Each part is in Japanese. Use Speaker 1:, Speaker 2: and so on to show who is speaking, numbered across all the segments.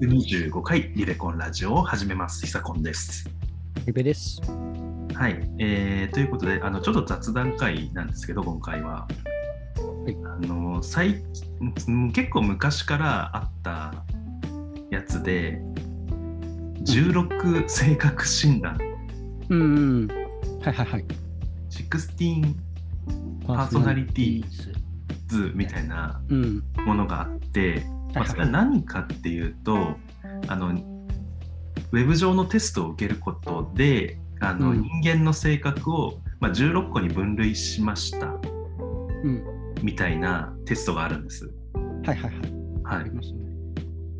Speaker 1: 125回リベコンラジオを始めます。ひさこんです。
Speaker 2: リベです。
Speaker 1: はい、えーということであのちょっと雑談会なんですけど今回は、
Speaker 2: い
Speaker 1: あの最うん結構昔からあったやつで16性格診断
Speaker 2: うん、うん。はいはいはい。
Speaker 1: 16パーソナリティ
Speaker 2: パーソナ
Speaker 1: 図みたいな
Speaker 2: リティ。うん。
Speaker 1: ものがあって、まあ、
Speaker 2: はい
Speaker 1: それ
Speaker 2: は。
Speaker 1: はい何かっていうとあのウェブ上のテストを受けることであの、
Speaker 2: うん
Speaker 1: 人間の性格を、まあ、16個に分類しました
Speaker 2: うん。
Speaker 1: みたいなテストがあるんです。
Speaker 2: はいはいはい。
Speaker 1: は
Speaker 2: あり
Speaker 1: い、
Speaker 2: ますね。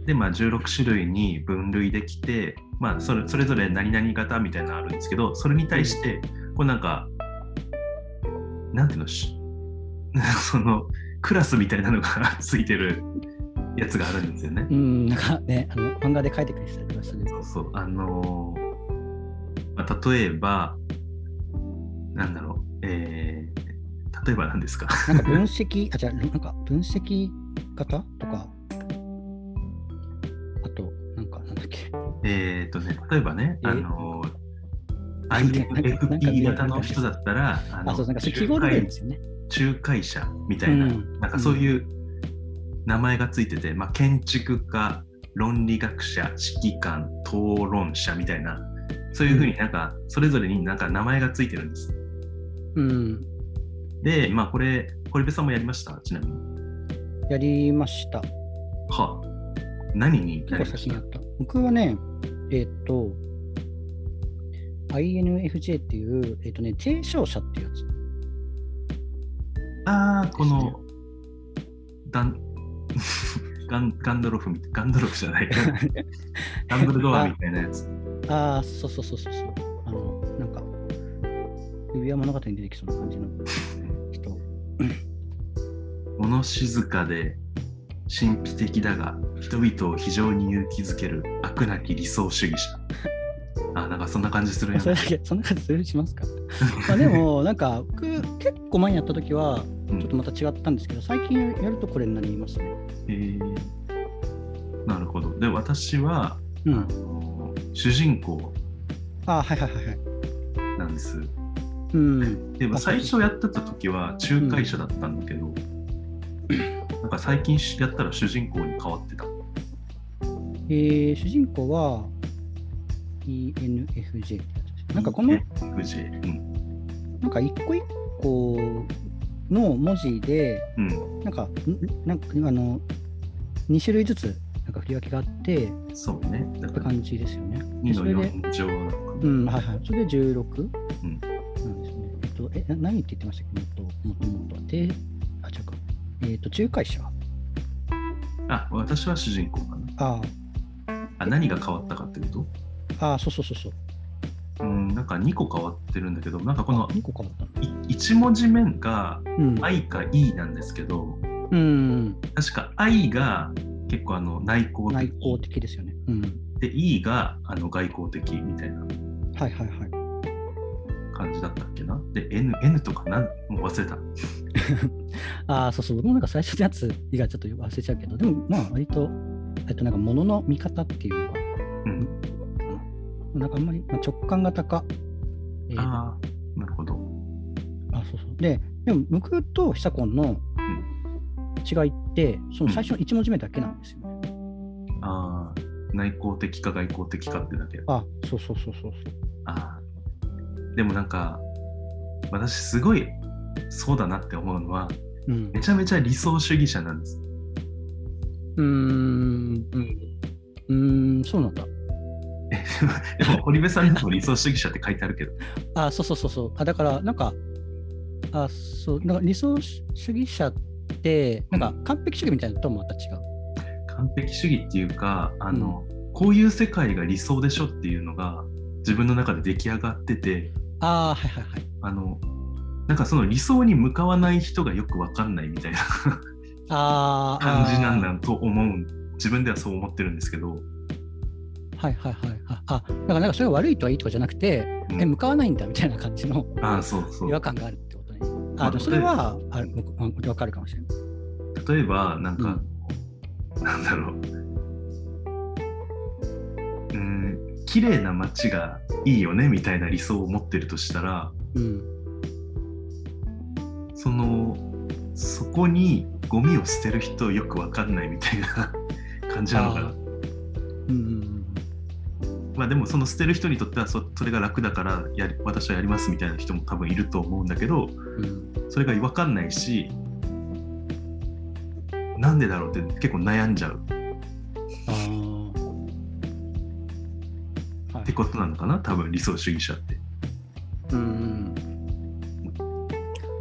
Speaker 1: で、まあ、16種類に分類できて、まあ、それそれぞれ何々型みたいなのあるんですけどそれに対してこうなんかなんていうのし そのクラスみたいなのがついてるやつがあるんですよね。
Speaker 2: うん、なんかね、あの漫画で描いてくれてたりとかする。
Speaker 1: そうそう、あのーまあ、例えば、なんだろう、えー、例えば何ですか
Speaker 2: なんか分析、あ、じゃあ、なんか分析型とか、あと、なんかなんだっけ。
Speaker 1: えっとね、例えばね、
Speaker 2: え
Speaker 1: あのー、
Speaker 2: なんか
Speaker 1: INFP 型の人だったら、あ
Speaker 2: あ、
Speaker 1: の
Speaker 2: そう、なんかそう記
Speaker 1: 仲
Speaker 2: 号で出るんで
Speaker 1: 介
Speaker 2: すよね。
Speaker 1: 仲介者みたいな、
Speaker 2: うん
Speaker 1: なんかそういう名前がついてて、まあ、建築家、論理学者、指揮官、討論者みたいな、そういうふうになんか、それぞれになんか名前がついてるんです。
Speaker 2: うん。
Speaker 1: で、まあ、これ、堀部さんもやりました、ちなみに。
Speaker 2: やりました。
Speaker 1: は何にな
Speaker 2: 結構
Speaker 1: りま
Speaker 2: 先
Speaker 1: し
Speaker 2: に
Speaker 1: た
Speaker 2: やった。僕はね、えっ、と、INFJ っていう、えっ、とね、提唱者っていうやつ。
Speaker 1: ああー、こ
Speaker 2: です
Speaker 1: のダン ガンガンドロフみたいガンドロフじゃ ない、ガンドルドアみたいなやつ。
Speaker 2: ああ、そうそうそうそうそう。あの、なんか、指輪物語に出てきそうな感じの人。
Speaker 1: 物静かで神秘的だが、人々を非常に勇気づける悪なき理想主義者。あーなんかそんな感じするよ
Speaker 2: それ
Speaker 1: ね
Speaker 2: だ。け、そんな感じするし ますかまあでも、なんか、僕、結構前にやった時は、
Speaker 1: うん
Speaker 2: ちょっとまた違ったんですけど、最近やるとこれになりますね。
Speaker 1: えーなるほど。で、私は、
Speaker 2: う
Speaker 1: あ
Speaker 2: ん。
Speaker 1: の主人公
Speaker 2: ああ、はいはいはいはい。
Speaker 1: なんです。
Speaker 2: うん。
Speaker 1: でも
Speaker 2: あそう
Speaker 1: 最初やってた時は仲介者だったんだけど、なんか最近やったら主人公に変わってた。
Speaker 2: えー、主人公は、ENFJ ってやつです。なんか、この、
Speaker 1: 藤井。うん。
Speaker 2: なんか、一個一個の文字で、
Speaker 1: うん。
Speaker 2: なんか、んなんか、あの、2種類ずつ、なんか振り分けがあって、
Speaker 1: そうね。だ
Speaker 2: っ
Speaker 1: か
Speaker 2: て
Speaker 1: ら
Speaker 2: 感じですよね。
Speaker 1: 2
Speaker 2: そ
Speaker 1: の
Speaker 2: れで
Speaker 1: 4乗なのかな
Speaker 2: うん、はいはい。それで 16?
Speaker 1: うん
Speaker 2: なんですね。えっと、え、な何って言ってましたっけもっと、もっともっと。で、あ、違うか。えっと、仲介者。
Speaker 1: あ、私は主人公かな。
Speaker 2: あ
Speaker 1: あ、何が変わったかっていうと、
Speaker 2: あ、ああ、そうそうそうそう。
Speaker 1: うん、なんか2個変わってるんだけど、なんかこの
Speaker 2: 2個変わったの。
Speaker 1: 1文字目が
Speaker 2: うん。い、
Speaker 1: 愛か E なんですけど、
Speaker 2: うん。
Speaker 1: 確か愛が結構あの内向
Speaker 2: 内
Speaker 1: 的
Speaker 2: 向的ですよね。うん。
Speaker 1: で、E があの外向的みたいな。
Speaker 2: はいはいはい。
Speaker 1: 感じだったっけなで N, N とかなんもう忘れた
Speaker 2: ああ、そうそう。僕もなんか最初のやつ以外ちょっとよく忘れちゃうけど、でも、まあ、割と、えっと、なんか、ものの見方っていうのが、
Speaker 1: うん
Speaker 2: なんかあんまり、まあ、直感が高。えー
Speaker 1: ああなるほど
Speaker 2: あそうそうででも僕と久子の違いって、その最初の1文字目だけなんですよね。
Speaker 1: ああ内向的か外向的かってだけ
Speaker 2: あそうそうそうそうそう。
Speaker 1: あーでもなんか私すごいそうだなって思うのは
Speaker 2: うん
Speaker 1: めちゃめちゃ理想主義者なんです
Speaker 2: うーんうんうーんそうなんだ。
Speaker 1: でも堀部さんにも理想主義者って書いてあるけど
Speaker 2: あそうそうそうそう。あだからなんかあそうなんか理想主義者ってなんか完璧主義みたいなのともまた違う。
Speaker 1: 完璧主義っていうかあの、こういう世界が理想でしょっていうのが自分の中で出来上がってて
Speaker 2: ああはいはいはい。
Speaker 1: あのなんかその理想に向かわない人がよくわかんないみたいな
Speaker 2: あーあ
Speaker 1: 感じなんだ
Speaker 2: ー
Speaker 1: と思う自分ではそう思ってるんですけど、
Speaker 2: はいはいはい。ああだからなんかそれが悪いとはいいとかじゃなくて、
Speaker 1: うん
Speaker 2: え向かわないんだみたいな感じの。
Speaker 1: ああそうそ
Speaker 2: 違和
Speaker 1: う
Speaker 2: 感があるってことね。
Speaker 1: まあ
Speaker 2: あ、でもそれは、ある、僕あわかるかもしれない。
Speaker 1: 例えばなんか、
Speaker 2: うん
Speaker 1: なんだろううん綺麗な街がいいよねみたいな理想を持ってるとしたら
Speaker 2: うん。
Speaker 1: そのそこにゴミを捨てる人よくわかんないみたいな 感じなのか
Speaker 2: あ
Speaker 1: な
Speaker 2: ーうんうん
Speaker 1: まあでもその捨てる人にとってはそそれが楽だからやり私はやりますみたいな人も多分いると思うんだけど
Speaker 2: うん。うん。
Speaker 1: それがわかんないしなんでだろうって結構悩んじゃう
Speaker 2: ああ。は
Speaker 1: ってことなのかな多分理想主義者って。
Speaker 2: うんうん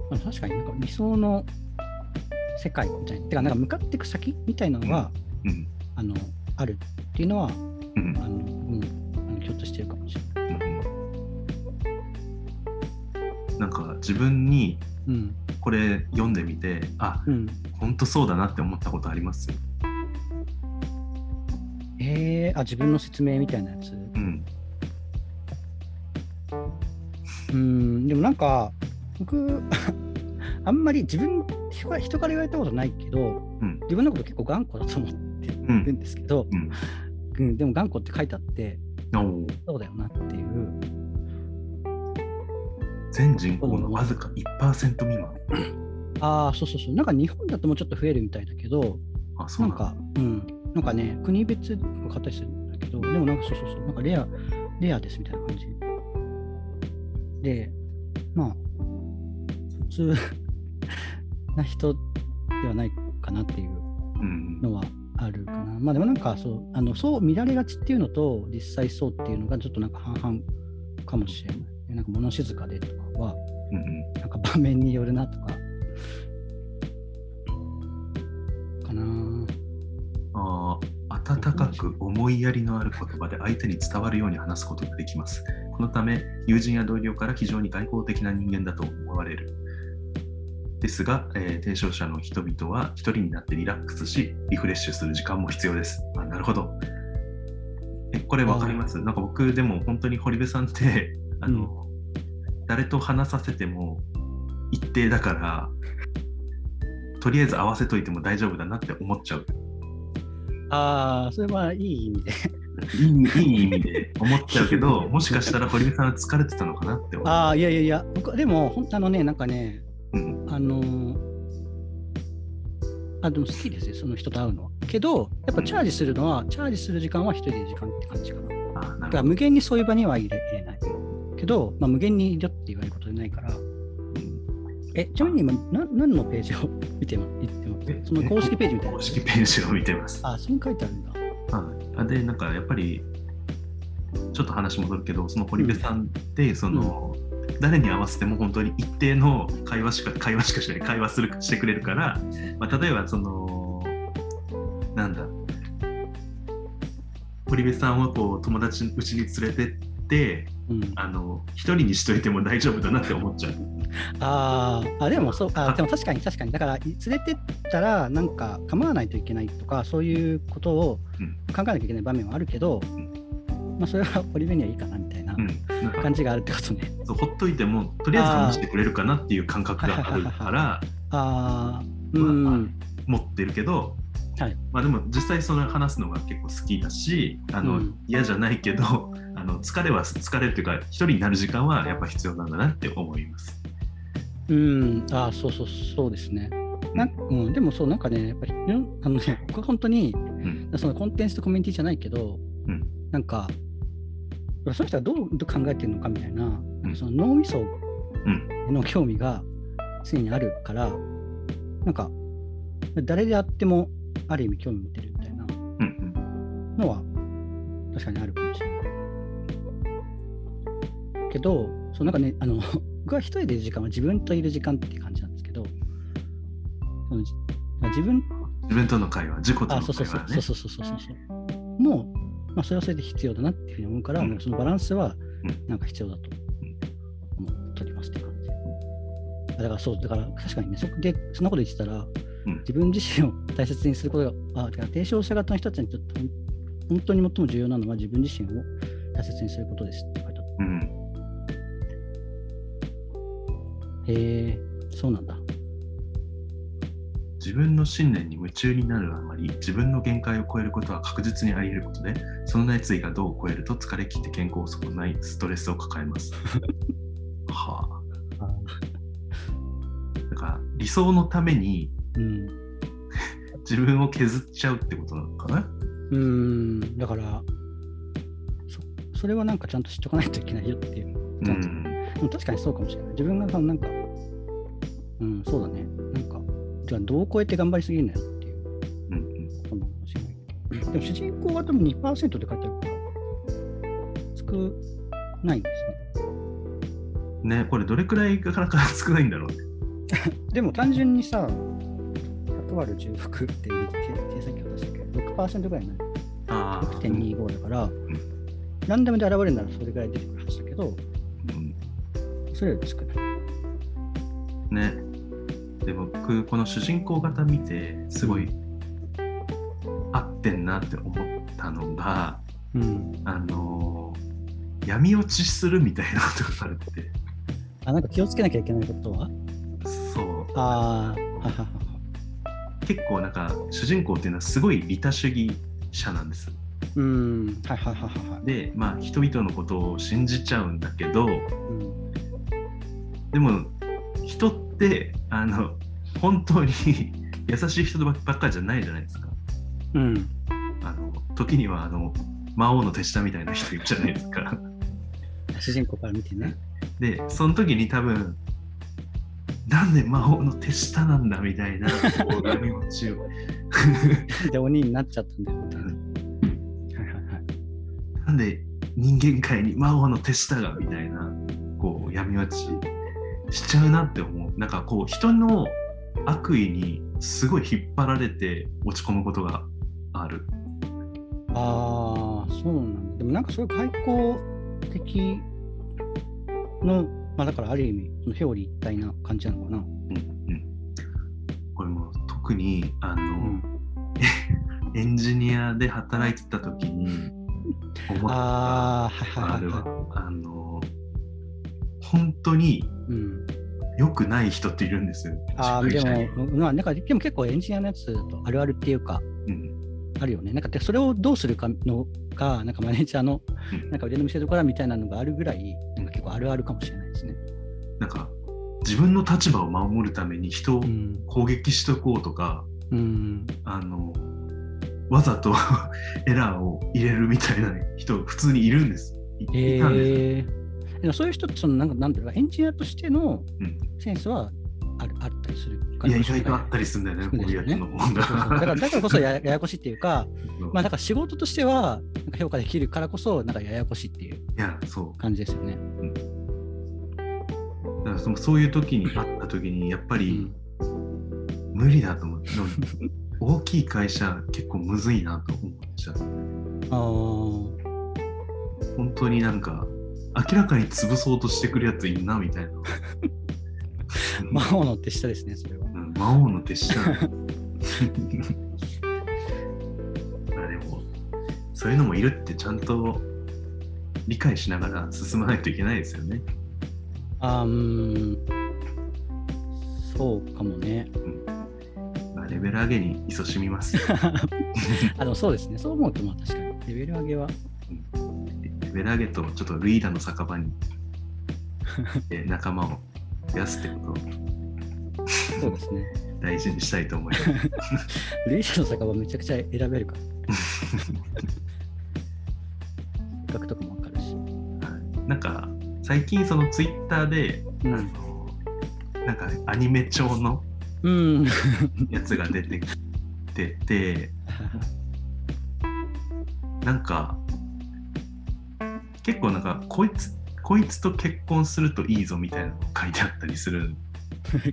Speaker 2: まあ、確かになんか理想の世界みたいな、てかなんか向かっていく先みたいなのは、
Speaker 1: うん
Speaker 2: あのあるっていうのは
Speaker 1: うん
Speaker 2: あの、うん、あのひょっとしてるかもしれない。
Speaker 1: うんなんか自分に
Speaker 2: うん
Speaker 1: これ読んでみてあ
Speaker 2: うん、
Speaker 1: 本当そうだなって思ったことあります
Speaker 2: えー、あ自分の説明みたいなやつ。
Speaker 1: うん
Speaker 2: うん、でもなんか僕 あんまり自分人から人から言われたことないけど、
Speaker 1: うん
Speaker 2: 自分のこと結構頑固だと思って
Speaker 1: う
Speaker 2: る
Speaker 1: ん
Speaker 2: んですけど、
Speaker 1: うん
Speaker 2: うん、でも頑固って書いてあって
Speaker 1: おー
Speaker 2: そうだよなっていう
Speaker 1: 全人口のわずか1%未満
Speaker 2: ああ、そうそうそう。なんか日本だともうちょっと増えるみたいだけど、
Speaker 1: あそ
Speaker 2: な
Speaker 1: うんなんだ
Speaker 2: か、うん、なんかね、国別の形なんだけど、でもなんかそうそうそう、なんかレア、レアですみたいな感じ。で、まあ、普通な人ではないかなっていう
Speaker 1: うん
Speaker 2: のはあるかな。まあでもなんかそう、あのそう見られがちっていうのと、実際そうっていうのがちょっとなんか半々かもしれない。なんか物静かでとかは、
Speaker 1: うんうん
Speaker 2: なんか場面によるなとか。かなぁ
Speaker 1: あー温かく思いやりのある言葉で相手に伝わるように話すことができますこのため友人や同僚から非常に外交的な人間だと思われるですが、えー提唱者の人々は一人になってリラックスしリフレッシュする時間も必要ですあなるほどえこれ分かりますなんか僕でも本当に堀部さんって あの、誰と話させても一定だからとりあえず合わせといても大丈夫だなって思っちゃう
Speaker 2: ああ、それはいい意味で。
Speaker 1: いいいい意味で思っちゃうけど、もしかしたら堀部さんは疲れてたのかなって思う。
Speaker 2: ああ、いやいやいや、僕はでも、本当あのね、なんかね、
Speaker 1: うん
Speaker 2: あのーあ、でも好きですよ、その人と会うのは。けど、やっぱチャージするのは、チャージする時間は一人で時間って感じかな。
Speaker 1: あ
Speaker 2: だ
Speaker 1: ーな
Speaker 2: か
Speaker 1: る
Speaker 2: ら
Speaker 1: ほど。
Speaker 2: 無限にそういう場には入れ入れない。けど、まあ、無限にいるって言われることじゃないから。え、ちなみに今、な何のページを 見てもいっても
Speaker 1: え
Speaker 2: その公式ページみたいな。
Speaker 1: 公式ページを見てます。
Speaker 2: あ、それに書いてあるんだ。
Speaker 1: はいあで、なんかやっぱり、ちょっと話戻るけど、その堀部さんって、その、誰に合わせても本当に一定の会話しか、会話しかしない、会話するしてくれるから、まあ、例えば、その、なんだ、堀部さんをこう友達のうちに連れてって、
Speaker 2: うん、
Speaker 1: あの一人にしといても大丈夫だなって思っちゃう。
Speaker 2: あーあでもそうあでも確かに確かにだからい連れてったらなんか構わないといけないとかそういうことを
Speaker 1: うん
Speaker 2: 考えなきゃいけない場面はあるけど、
Speaker 1: ん
Speaker 2: まあ、それは 堀部にはいいかなみたいな
Speaker 1: うん、なんか
Speaker 2: 感じがあるってことね。
Speaker 1: そうほっといてもとりあえず話してくれるかなっていう感覚があるから
Speaker 2: あーうん、
Speaker 1: まあ持ってるけど、
Speaker 2: はい
Speaker 1: まあ、でも実際その話すのが結構好きだしあの、
Speaker 2: うん
Speaker 1: 嫌じゃないけどあの疲れは疲れるというか一人になる時間はやっぱ必要なんだなって思います。
Speaker 2: うん、あーそうそうそうですね。なんうん、でもそうなんかねやっぱりうんあのね 僕は本当に、
Speaker 1: ん
Speaker 2: そのコンテンツとコミュニティじゃないけど、
Speaker 1: うん
Speaker 2: なんかその人はどうどう考えてるのかみたいな,、
Speaker 1: うん
Speaker 2: その脳みそへの興味が常にあるから、なんか誰であってもある意味興味持てるみたいな
Speaker 1: うん
Speaker 2: のは確かにあるかもしれない。けど、そうなんかね、あの 僕は一人でいる時間は自分といる時間って感じなんですけど、そのじ自分、
Speaker 1: うん、自分との会話自己との会
Speaker 2: あ、
Speaker 1: 話
Speaker 2: そうそうそう、
Speaker 1: ね
Speaker 2: そうそうそうそうそうそう、もう、まあ、それはそれで必要だなっていうふうに思うから、
Speaker 1: うん
Speaker 2: なんかそのバランスは
Speaker 1: うん
Speaker 2: なんか必要だと思っておりますって感じ。だからそう、だから確かにね、そこでそんなこと言ってたら、
Speaker 1: うん
Speaker 2: 自分自身を大切にすることが、あだから提唱者型の人たちにとって、ほん本当に最も重要なのは自分自身を大切にすることですって書いてあっ
Speaker 1: うん
Speaker 2: た。へえ、そうなんだ。
Speaker 1: 自分の信念に夢中になるあまり自分の限界を超えることは確実にあり得ることでその熱意が度を超えると疲れ切って健康を損ないストレスを抱えます は
Speaker 2: あ
Speaker 1: あだから理想のために
Speaker 2: うん。
Speaker 1: 自分を削っちゃうってことなのかな
Speaker 2: うーん、だからそ、それはなんかちゃんと知っとかないといけないよっていう。
Speaker 1: う
Speaker 2: なんか
Speaker 1: ん
Speaker 2: でも確かにそうかもしれない。自分がさ、なんか、うん、そうだね。なんか、じゃあ、どう超えて頑張りすぎるんだよっていう
Speaker 1: うんうん
Speaker 2: ことなのかもしれないけど。でも、主人公は多分2%って書いてあるから、少ないんですね。
Speaker 1: ねこれどれくらいな かなか少ないんだろうね
Speaker 2: でも単純にさ、100割る10服っていう計計算機を出したけど、6%ぐらいになる。
Speaker 1: ああ
Speaker 2: 6.25だから
Speaker 1: ん、
Speaker 2: ランダムで現れるならそれぐらい出てくるはずだけど、
Speaker 1: うん
Speaker 2: それより少ない。
Speaker 1: ねで僕この主人公型見てすごい合ってんなって思ったのが
Speaker 2: うん。
Speaker 1: あのー闇落ちするみたいなことがされてて
Speaker 2: あ、なんか気をつけなきゃいけないことは
Speaker 1: そう
Speaker 2: ああ、ははは。
Speaker 1: 結構なんか主人公っていうのはすごい利他主義者なんです
Speaker 2: うん。はいはいはいはいはい。
Speaker 1: でまあ人々のことを信じちゃうんだけど
Speaker 2: うん、
Speaker 1: でも人ってあの本当に 優しい人ばっかじゃないじゃないですか
Speaker 2: うん。
Speaker 1: あの時にはあの魔王の手下みたいな人いるじゃないですか
Speaker 2: 主人公から見てね。
Speaker 1: でその時に多分なんで魔王の手下なんだみたいなこう闇落ちを
Speaker 2: なんで鬼になっちゃったんだよみたいな。はいはいはい。
Speaker 1: なんで人間界に魔王の手下がみたいなこう闇落ちしちゃうなって思うなんかこう人の悪意にすごい引っ張られて落ち込むことがある
Speaker 2: ああ、そうなんだ。でもなんかそういう開口的の、まあだからある意味、その表裏一体な感じなのかな。
Speaker 1: うんうんこれも特にあの、
Speaker 2: うん、
Speaker 1: エンジニアで働いてた時に思った
Speaker 2: ああ、はいはい
Speaker 1: あ
Speaker 2: はい
Speaker 1: れは
Speaker 2: は
Speaker 1: あの本当に
Speaker 2: い。うん、
Speaker 1: 良くない人っているんですよ。
Speaker 2: ああ、
Speaker 1: 会
Speaker 2: で
Speaker 1: 社に
Speaker 2: も、まあ、なんかでも結構エンジニアのやつとあるあるっていうか、
Speaker 1: うん
Speaker 2: あるよね。なんかでそれをどうするかのが、なんかマネージャーの
Speaker 1: うん
Speaker 2: なんか腕の見せ所みたいなのがあるぐらい、なんか結構あるあるかもしれないですね。
Speaker 1: なんか自分の立場を守るために人を
Speaker 2: うん。
Speaker 1: 攻撃しとこうとか、
Speaker 2: うん、
Speaker 1: あのわざと エラーを入れるみたいな人普通にいるんです。いいたんですよ。
Speaker 2: えー、でもそういう人ってそのなんかなんていうのかエンジニアとしての
Speaker 1: うん
Speaker 2: センスはあるあったりするか
Speaker 1: い
Speaker 2: ら
Speaker 1: や意外とあったりするんだよね、こういうやつの方
Speaker 2: そうそうだか
Speaker 1: が。
Speaker 2: らだからこそや ややこしいっていうか、まあ、だから仕事としてはなんか評価できるからこそなんかややこしいっていう
Speaker 1: いやそう
Speaker 2: 感じですよね。
Speaker 1: だからそのそういう時に会った時にやっぱ
Speaker 2: う
Speaker 1: り
Speaker 2: ん
Speaker 1: 無理だと思って、大きい会社結構むずいなと思っちゃう
Speaker 2: あー
Speaker 1: 本当になんか明らかに潰そうとしてくるやついんなみた いな
Speaker 2: 魔法の手下ですね、それは。
Speaker 1: うん魔王の手下あでもそういうのもいるってちゃんと理解しながら進まないといけないですよね
Speaker 2: あーうーんそうかもね。
Speaker 1: まあレベル上げに勤しみますよ
Speaker 2: あでもそうですね、そう思うとまあ確かに。レベル上げは。
Speaker 1: レベル上げとちょっとルイーダの酒場にで仲間を増やすってことを
Speaker 2: そうですね。
Speaker 1: 大事にしたいと思います。
Speaker 2: レイシャの酒場めちゃくちゃ選べるから。 比較とかもわかるし。
Speaker 1: はいなんか最近そのツイッターで、
Speaker 2: う
Speaker 1: あ
Speaker 2: ん。
Speaker 1: のなんかアニメ調の
Speaker 2: うん。
Speaker 1: やつが出てきててなんか結構なんかこいつこいつと結婚するといいぞみたいなの書いてあったりする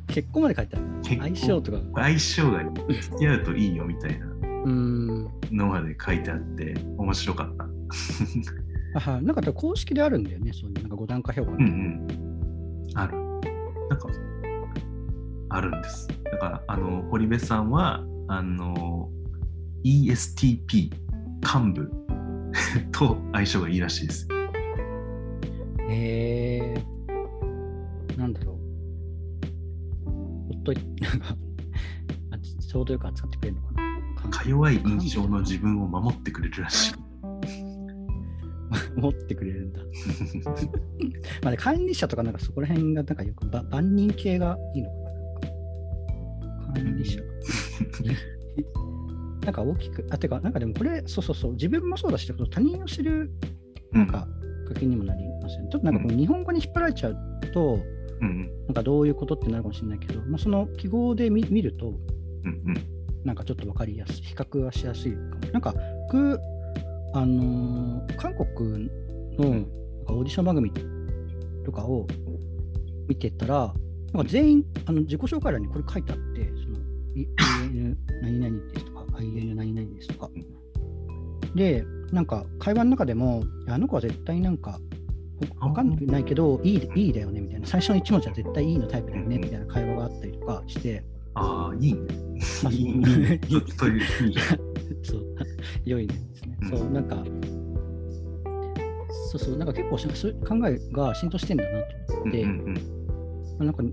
Speaker 2: 結婚まで書いてあるな。
Speaker 1: 結婚
Speaker 2: 相性とか。
Speaker 1: 相性が付き合うといいよみたいな
Speaker 2: うん。
Speaker 1: のまで書いてあって面白かった。
Speaker 2: あはなんかだから公式であるんだよね、そういうなんか5段階評価、
Speaker 1: うんうん。ある。なんか、あるんです。だから、あの、堀部さんは、あの、ESTP 幹部 と相性がいいらしいです。
Speaker 2: へえなんだろう。ほっとい、なんか、あちちょうどよく扱ってくれるのかな。
Speaker 1: か弱い印象の自分を守ってくれるらしい。
Speaker 2: 持ってくれ るんだ。まあね、管理者とかなんかそこら辺がなんかよくば万人系がいいのかななんか。管 理者。なんか大きく、あ、てか、なんかでもこれ、そうそうそう、自分もそうだし、他人を知る
Speaker 1: うん
Speaker 2: なんかきっかけにもなりますよね。ちょっとなんかこう日本語に引っ張られちゃうと、
Speaker 1: うん
Speaker 2: なんかどういうことってなるかもしれないけど、まあ、その記号で見見ると、
Speaker 1: うんうん
Speaker 2: なんかちょっと分かりやすい、比較はしやすいかも。なんか僕、あのー韓国
Speaker 1: うん
Speaker 2: のなんかオーディション番組とかを見てたら、なんか全員あの自己紹介欄にこれ書いてあって、そのい IN 何々ですとか、IN 何々ですとか。で、なんか会話の中でも、いやあの子は絶対なんか、わわかんないけど、いいいいだよねみたいな、最初の1文字は絶対いいのタイプだよねみたいな会話があったりとかして、
Speaker 1: ああ、いいね。
Speaker 2: まあ
Speaker 1: いいいいね。そういう、いい。
Speaker 2: そう、 良いですね
Speaker 1: う。ん
Speaker 2: そう、なんか、そうそう、なんか結構そういう考えが浸透してんだなと思って、
Speaker 1: う
Speaker 2: ま
Speaker 1: んうんうん
Speaker 2: あなんかね、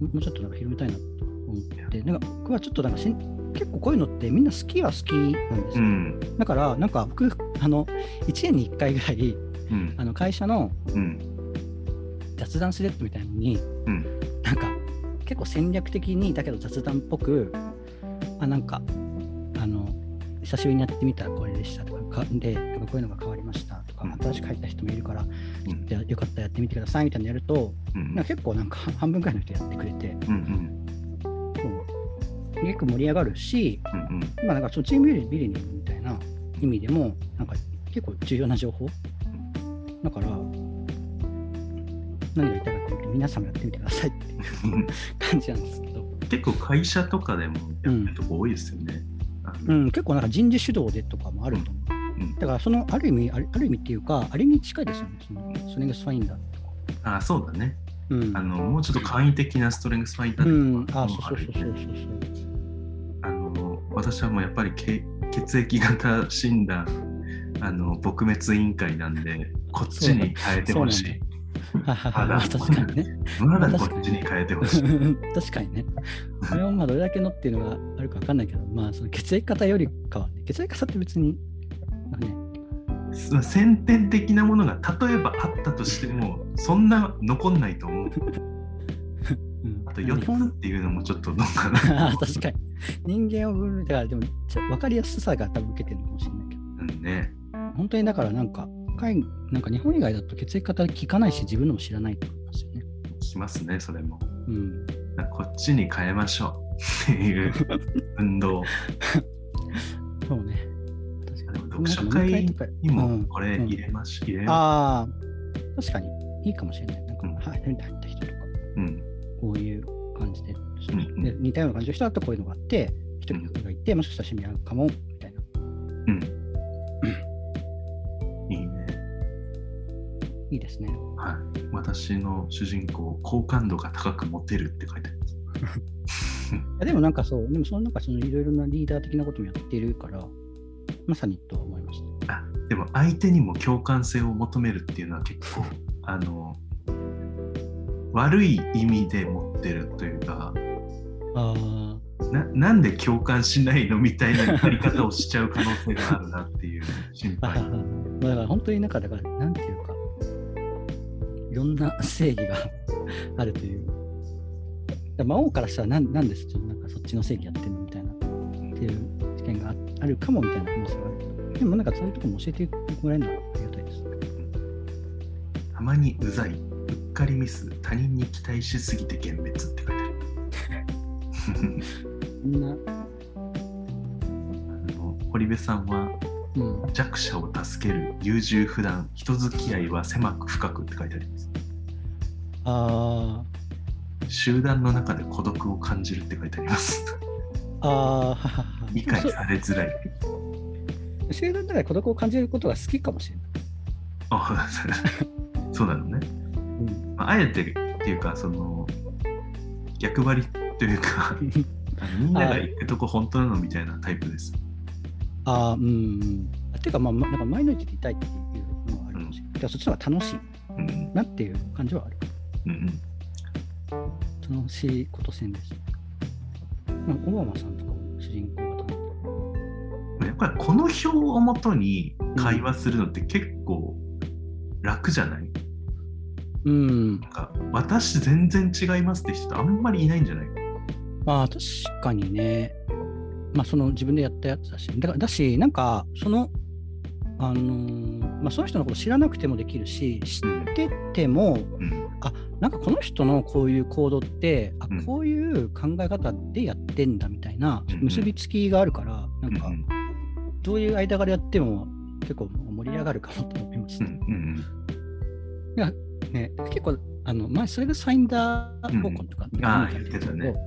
Speaker 2: ももうちょっとなんか広めたいなと思って、なんか僕はちょっとなんかしん結構こういうのってみんな好きは好きなんです
Speaker 1: う
Speaker 2: よ。
Speaker 1: ん
Speaker 2: だから、なんか僕、あの、1年に1回ぐらい、
Speaker 1: うん
Speaker 2: あの会社の
Speaker 1: うん
Speaker 2: 雑談スレッドみたいのに、
Speaker 1: うん
Speaker 2: なんか結構戦略的にだけど雑談っぽくあなんかあの久しぶりにやってみたらこれでしたとかかでなんかこういうのが変わりましたとか、
Speaker 1: うん
Speaker 2: 新しく入った人もいるから
Speaker 1: うん
Speaker 2: じゃあよかったらやってみてくださいみたいなのやると
Speaker 1: うん
Speaker 2: なんか結構なんか半分ぐらいの人やってくれて
Speaker 1: うんうん
Speaker 2: そう結構盛り上がるし、
Speaker 1: うん
Speaker 2: まあ、なんかそのチームビルディングみたいな意味でもなんか結構重要な情報だから何が言いたいかっていうと皆さんもやってみてくださいっていう
Speaker 1: うん
Speaker 2: 感じなんですけど、
Speaker 1: 結構会社とかでもやってるとこ多いですよね。あの
Speaker 2: うん、結構なんか人事主導でとかもあると思う、
Speaker 1: うん
Speaker 2: だからそのある意味あるある意味っていうかあれに近いですよねそのストレングスファインダーとか、
Speaker 1: あそうだね。
Speaker 2: うん、
Speaker 1: あのもうちょっと簡易的なストレングスファインダ
Speaker 2: う
Speaker 1: ー
Speaker 2: ん
Speaker 1: と、か
Speaker 2: あ
Speaker 1: も
Speaker 2: そう
Speaker 1: あ
Speaker 2: そう
Speaker 1: る
Speaker 2: そうそうそう
Speaker 1: あの私はもうやっぱりけ血液型診断あの撲滅委員会なんでこっちに変えてほしい。
Speaker 2: そうはいはいはいまあ
Speaker 1: ただ
Speaker 2: 確かにね
Speaker 1: まだこっちに変えてほしい。
Speaker 2: 確かにねあれはまあどれだけのっていうのがあるか分かんないけどまあその血液型よりかはね血液型って別になんかね
Speaker 1: まあ先天的なものが例えばあったとしてもそんな残んないと思う。
Speaker 2: うん
Speaker 1: あと
Speaker 2: 日本
Speaker 1: 4つっていうのもちょっとどうかな。
Speaker 2: あー確かに人間を分類だからでもちょ分かりやすさが多分受けてるのかもしれないけど
Speaker 1: うんね。
Speaker 2: 本当にだからなんか海なんか日本以外だと血液型聞かないし自分のも知らないと思いますよね。
Speaker 1: しますね、それも。
Speaker 2: うん、
Speaker 1: こっちに変えましょうっていう運動。
Speaker 2: そうね。確かに
Speaker 1: でも読書会
Speaker 2: なんか飲み
Speaker 1: に
Speaker 2: う
Speaker 1: も
Speaker 2: ん
Speaker 1: これ入れまし、入れ
Speaker 2: 会
Speaker 1: よ
Speaker 2: ああ確かにいいかもしれない。なんか
Speaker 1: うん
Speaker 2: はい入った人とか
Speaker 1: う。うん。
Speaker 2: こういう感じで,で、
Speaker 1: うん
Speaker 2: 似たような感じの人だとこういうのがあって一人の人がいてもしかしたら趣味合うかもみたいな。
Speaker 1: うん。いいね。
Speaker 2: いいですね。
Speaker 1: はい。私の主人公、好感度が高く持てるって書いてあります。
Speaker 2: いやでもなんかそうでもその中そのいろいろなリーダー的なこともやってるからまさにとは思いました。
Speaker 1: でも相手にも共感性を求めるっていうのは結構、あの、悪い意味で持ってるというか、
Speaker 2: ああ。
Speaker 1: ななんで共感しないのみたいなやり方をしちゃう可能性があるなっていう心
Speaker 2: あ
Speaker 1: 配。
Speaker 2: だから本当になんかだからなんていうかいろんな正義が あるというだから魔王からしたらなんなんですちょっとなんかそっちの正義やってんのみたいなっていう事件がああるかもみたいな可能性があるけどでもなんかそういうとこも教えてもらえるのはありがたいです
Speaker 1: たまにうざい、うっかりミス、他人に期待しすぎて幻滅って書いてある。
Speaker 2: みんな、
Speaker 1: あの堀部さんは
Speaker 2: うん、
Speaker 1: 弱者を助ける優柔不断人付き合いは狭く深くって書いてあります
Speaker 2: あー
Speaker 1: 集団の中で孤独を感じるって書いてあります
Speaker 2: あー
Speaker 1: 理解されづらい
Speaker 2: そう集団の中で孤独を感じることが好きかもしれない、
Speaker 1: あそうなのね、
Speaker 2: うん、
Speaker 1: まあ、あえてっていうかその逆張りという かみんなが行くとこ本当なのみたいなタイプです
Speaker 2: ああうんうんあてかまあまなんかマイノリティでいたいっていうのはあるかもしれない、だからそっちの方が楽しい
Speaker 1: うん
Speaker 2: なっていう感じはある
Speaker 1: うんうん
Speaker 2: 楽しいことせんです。まあ、オバマさんとかも主人公型なんで
Speaker 1: やっぱりこの表をもとに会話するのって結構楽じゃない、
Speaker 2: うん
Speaker 1: なんか私全然違いますって人あんまりいないんじゃない
Speaker 2: まあ確かにねまあその自分でやったやつだしだからだしなんかそのあのーまあその人のこと知らなくてもできるし知
Speaker 1: うん
Speaker 2: ってても
Speaker 1: うん
Speaker 2: あなんかこの人のこういう行動ってあ
Speaker 1: うん
Speaker 2: こういう考え方でやってんだみたいな
Speaker 1: うんうん
Speaker 2: 結びつきがあるからな
Speaker 1: うん
Speaker 2: んか
Speaker 1: うん
Speaker 2: どういう間柄やっても結構盛り上がるかもと思いまし
Speaker 1: う
Speaker 2: た、
Speaker 1: んうん
Speaker 2: ね、結構あの前それがサインダー方向とかって
Speaker 1: うんあー
Speaker 2: 言って
Speaker 1: 言ってたね
Speaker 2: けど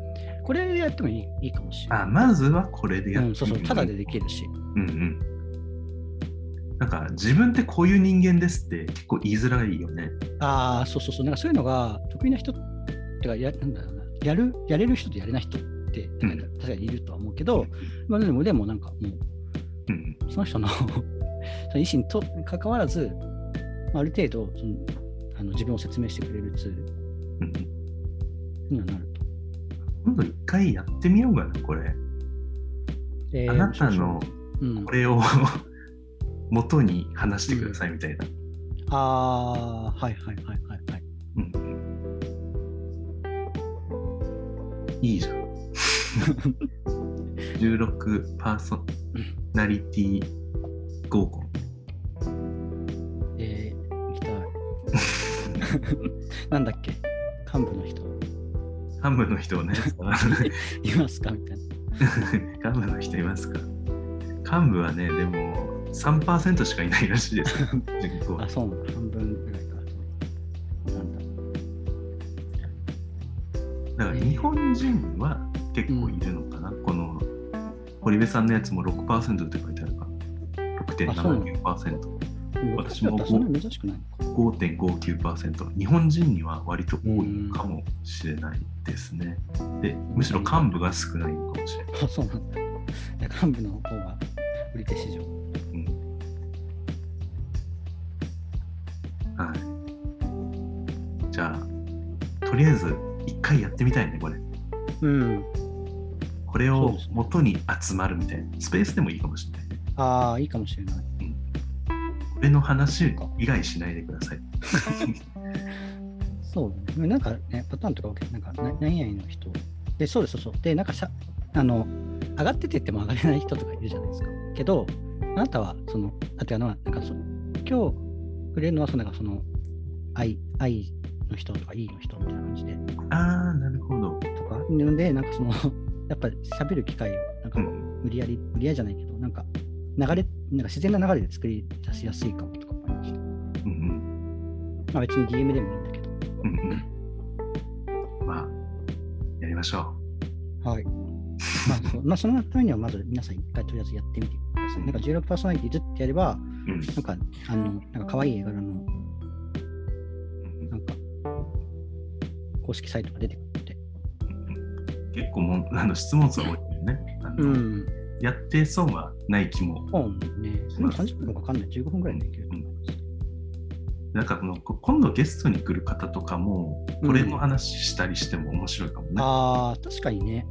Speaker 2: これでやってもいいいいかもしれない
Speaker 1: あまずはこれでや
Speaker 2: う
Speaker 1: って
Speaker 2: ん、そうそう
Speaker 1: みる
Speaker 2: ただでできるし
Speaker 1: うんうんなんか自分ってこういう人間ですって結構言いづらいよね
Speaker 2: ああそうそうそうなんかそういうのが得意な人ってかやなんだろうなやるやれる人とやれない人ってなんか
Speaker 1: う
Speaker 2: 確かにいるとは思うけど、まあ、でもでもなんかもう
Speaker 1: うん
Speaker 2: その人 のその意思にと関わらず、まあ、ある程度そのあの自分を説明してくれるツール
Speaker 1: うん
Speaker 2: にはなると。
Speaker 1: 今度一回やってみようかなこれ
Speaker 2: えー
Speaker 1: あなたの、
Speaker 2: うん
Speaker 1: こ、れを 元に話してくださいみたいな、
Speaker 2: ああーはいはいはいはいはい。
Speaker 1: うんいいじゃ ん16パーソナリティ合コン
Speaker 2: えー、行きたい。なんだっけ幹部の人
Speaker 1: 幹部の人 をね
Speaker 2: いますかみたいな。
Speaker 1: 幹部の人いますか幹部はねでも3%しかいないらしいで すよ人口
Speaker 2: あ、そうなの半分ぐらいか。なん
Speaker 1: だ
Speaker 2: だ
Speaker 1: から日本人は結構いるのかな、この堀部さんのやつも6%って書いてあるから
Speaker 2: あそうなの
Speaker 1: 6.79%5.59%私
Speaker 2: 私
Speaker 1: も
Speaker 2: もそんなに珍しくないのか。
Speaker 1: 日本人には割と多いかもしれないですね、でむしろ幹部が少ないのかもしれない、
Speaker 2: あ、そうなんだ。いや幹部の方が売り手市場。
Speaker 1: うんはい、じゃあとりあえず一回やってみたいねこれ
Speaker 2: うん。
Speaker 1: これ
Speaker 2: そう
Speaker 1: を
Speaker 2: ですね
Speaker 1: 元に集まるみたいなスペースでもいいかもしれないね
Speaker 2: ああ、いいかもしれない。
Speaker 1: 俺の話以外しないでください。
Speaker 2: そうだね。なんかね、パターンとかわけ、なんか、な何々の人。で、そうです、そうそう。で、なんかしゃ、あの、上がっててっても上がれない人とかいるじゃないですか。けど、あなたは、その、あとあの、なんかそ、今日触れるのは、その、なんかその、愛、愛の人とか、いいの人みたいな感じで、
Speaker 1: ああ、なるほど。
Speaker 2: とか、なので、なんかその、やっぱり喋る機会を、なんか
Speaker 1: う、ん、
Speaker 2: 無理やり、無理やりじゃないけど、なんか、流れ、なんか自然な流れで作り出しやすいかもとか思いました。
Speaker 1: うん、
Speaker 2: まあ別に DM でもいいんだけど。
Speaker 1: うん、うん。うんまあ、やりましょ
Speaker 2: はい。まあ、そうまあ、そのためには、まず皆さん一回とりあえずやってみてください。なんか16パーソナリティずっとやれ
Speaker 1: う。
Speaker 2: ば、
Speaker 1: うん、
Speaker 2: なんか、あの、なんか可愛い絵柄
Speaker 1: う
Speaker 2: の、
Speaker 1: ん
Speaker 2: なんか、公式サイトが出てくるので。
Speaker 1: 結構もうあの質問数多いんだよね。あの
Speaker 2: ん。
Speaker 1: やって損はない気も。
Speaker 2: 本ね、でも30分もかかんない、15分ぐらいでできると思います。
Speaker 1: なんかこのこ今度ゲストに来る方とかも、これの話したりしても面白いかもね。
Speaker 2: ああ、確かにね。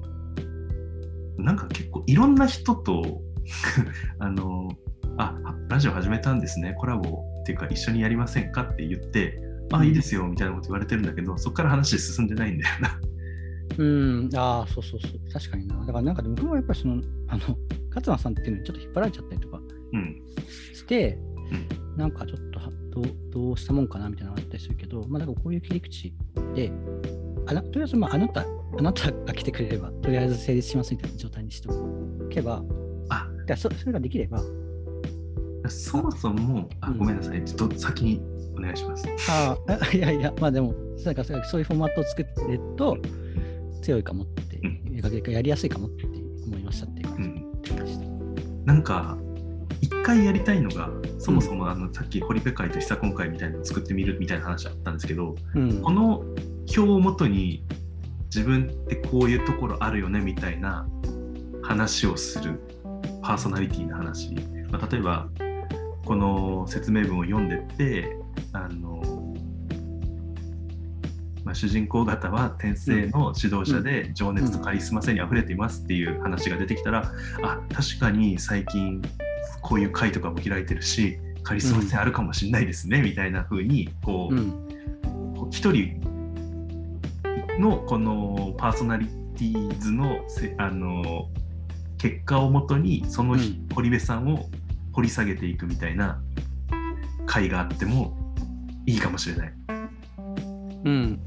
Speaker 1: なんか結構いろんな人と あのあラジオ始めたんですねコラボっていうか一緒にやりませんかって言ってあいいですよみたいなこと言われてるんだけどそこから話進んでないんだよな
Speaker 2: うん、ああ、そうそうそう、確かにな。だからなんか、僕もやっぱりその、あの、勝間さんっていうのにちょっと引っ張られちゃったりとか
Speaker 1: うん
Speaker 2: して、なんかちょっとはどうどうしたもんかなみたいなのがあったりするけど、まあ、なんかこういう切り口で、あなとりあえずまああなたあなたが来てくれれば、とりあえず成立しますみたいな状態にしておけば、
Speaker 1: あ
Speaker 2: だからそそれができれば、
Speaker 1: そもそもあ
Speaker 2: うん
Speaker 1: ごめんなさいちょっと先にお願いします
Speaker 2: あ あ、いやいや、まあでも、なんかそうそういうフォーマットを作ってると、強いかもって、
Speaker 1: う
Speaker 2: やりやすいかもって思いましたっていう
Speaker 1: う
Speaker 2: 感
Speaker 1: ん
Speaker 2: じでした。
Speaker 1: なんか一回やりたいのがそもそもあのさっき堀部会と久今会みたいなのを作ってみるみたいな話あったんですけど
Speaker 2: うん
Speaker 1: この表をもとに自分ってこういうところあるよねみたいな話をするパーソナリティの話、まあ、例えばこの説明文を読んでってあのまあ、主人公方は天性の指導者で情熱とカリスマ性にあふれていますっていう話が出てきたら、あ確かに最近こういう会とかも開いてるしカリスマ性あるかもしれないですね、みたいな風にこう、
Speaker 2: うん
Speaker 1: 一人のこのパーソナリティーズのせあの結果をもとにその日堀部さんを掘り下げていくみたいな回があってもいいかもしれない
Speaker 2: うん、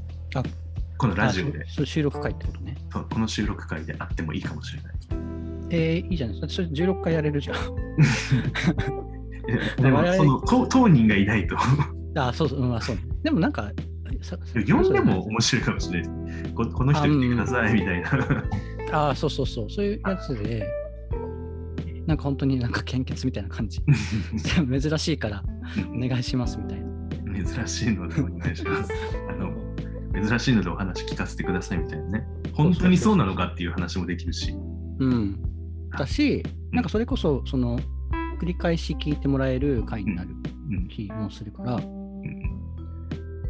Speaker 1: このラジオで
Speaker 2: あそうそう収録会ってことね。
Speaker 1: そうこの収録回であってもいいかもしれ ない
Speaker 2: えー、いいじゃないですか。それ16回やれるじゃん。
Speaker 1: いやでも
Speaker 2: 我々
Speaker 1: その当当人がいないと
Speaker 2: あ、そうそう、うん、まあそうね。でもなんか、さ
Speaker 1: 呼んでも面白いかもしれないですここの人来てくださいみたいな
Speaker 2: ああ、そうそうそう、そういうやつで、なんか本当になんか献血みたいな 感じ。珍しいからお願いしますみたいな。
Speaker 1: 珍しいのでお願いします。あの珍しいのでお話聞かせてくださいみたいなね。本当にそうなのかっていう話もできるし。
Speaker 2: うん。だし、なんかそれこそ、その、繰り返し聞いてもらえる回になる
Speaker 1: うん
Speaker 2: 気もするから、
Speaker 1: うん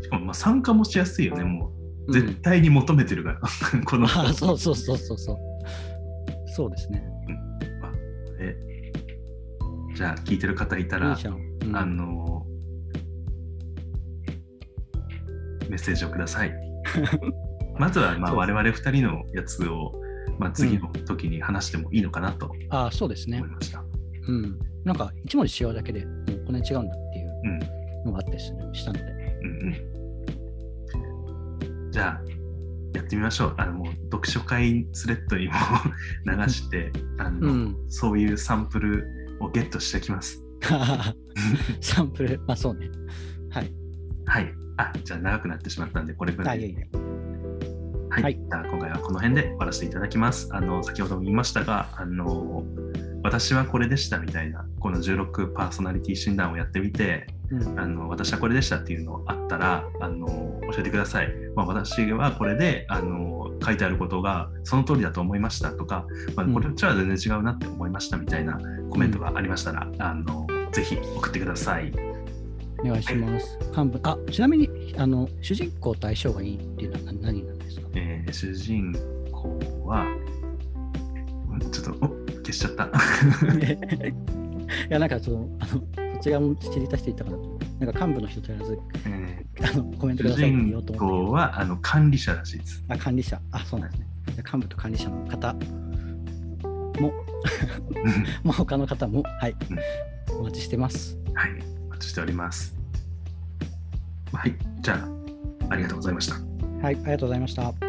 Speaker 1: しかもまあ参加もしやすいよね、も
Speaker 2: う
Speaker 1: うん絶対に求めてるから、この
Speaker 2: ああ、そうそうそうそうそう。そうですね。
Speaker 1: えじゃあ聞いてる方いた
Speaker 2: いい
Speaker 1: ら、
Speaker 2: じゃん。うん
Speaker 1: あのメッセージをくだ さい。まずはまあ
Speaker 2: そうで
Speaker 1: 我
Speaker 2: す
Speaker 1: 々2人のやつを、まあ、次の時に話してもいいのかなと
Speaker 2: ああ、そうですね
Speaker 1: 思い。ました。
Speaker 2: うん。なんか、一文字違うだけで、もうこんなに違うんだっていう
Speaker 1: うん
Speaker 2: のがあったりするしたので。
Speaker 1: うんうん、じゃあやってみましょうあのもう読書会スレッドにも 流してあの、
Speaker 2: うん。
Speaker 1: そういうサンプルをゲットしてきます
Speaker 2: サンプル、まあそうね。はい。
Speaker 1: はいあじゃあ長くなってしまったんでこれぐら
Speaker 2: あ、
Speaker 1: い
Speaker 2: いえ
Speaker 1: で
Speaker 2: いえ。
Speaker 1: はい、
Speaker 2: はい
Speaker 1: じゃあ今回はこの辺で終わらせていただきますあの先ほども言いましたがあの私はこれでしたみたいなこの16パーソナリティ診断をやってみて
Speaker 2: うん
Speaker 1: あの私はこれでしたっていうのあったらあの教えてください、まあ、私はこれであの書いてあることがその通りだと思いましたとか、まあ、
Speaker 2: うん
Speaker 1: こっちは全然違うなって思いましたみたいなコメントがありましたら、あのぜひ送ってください
Speaker 2: お願いします。半分。あ、ちなみに、あの、主人公と相性がいいっていうのは何何なん ですか
Speaker 1: えー主人公はうんちょっとお消しちゃった
Speaker 2: ねいや、なんかその、あの、こっち側も知りたしていたから、なんか幹部の人とやらず、
Speaker 1: え
Speaker 2: あの、コメン
Speaker 1: ー
Speaker 2: ト
Speaker 1: 主
Speaker 2: くださいって言
Speaker 1: 人
Speaker 2: おうと思って。
Speaker 1: 公はあの管理者らしいです
Speaker 2: あ、管理者。あ、そうなんですね。じゃあ幹部と管理者の方も、もう他の方も、はい、お待ちしてます。
Speaker 1: はいお待ちしておりますはいじゃあありがとうございました
Speaker 2: はい、ありがとうございました。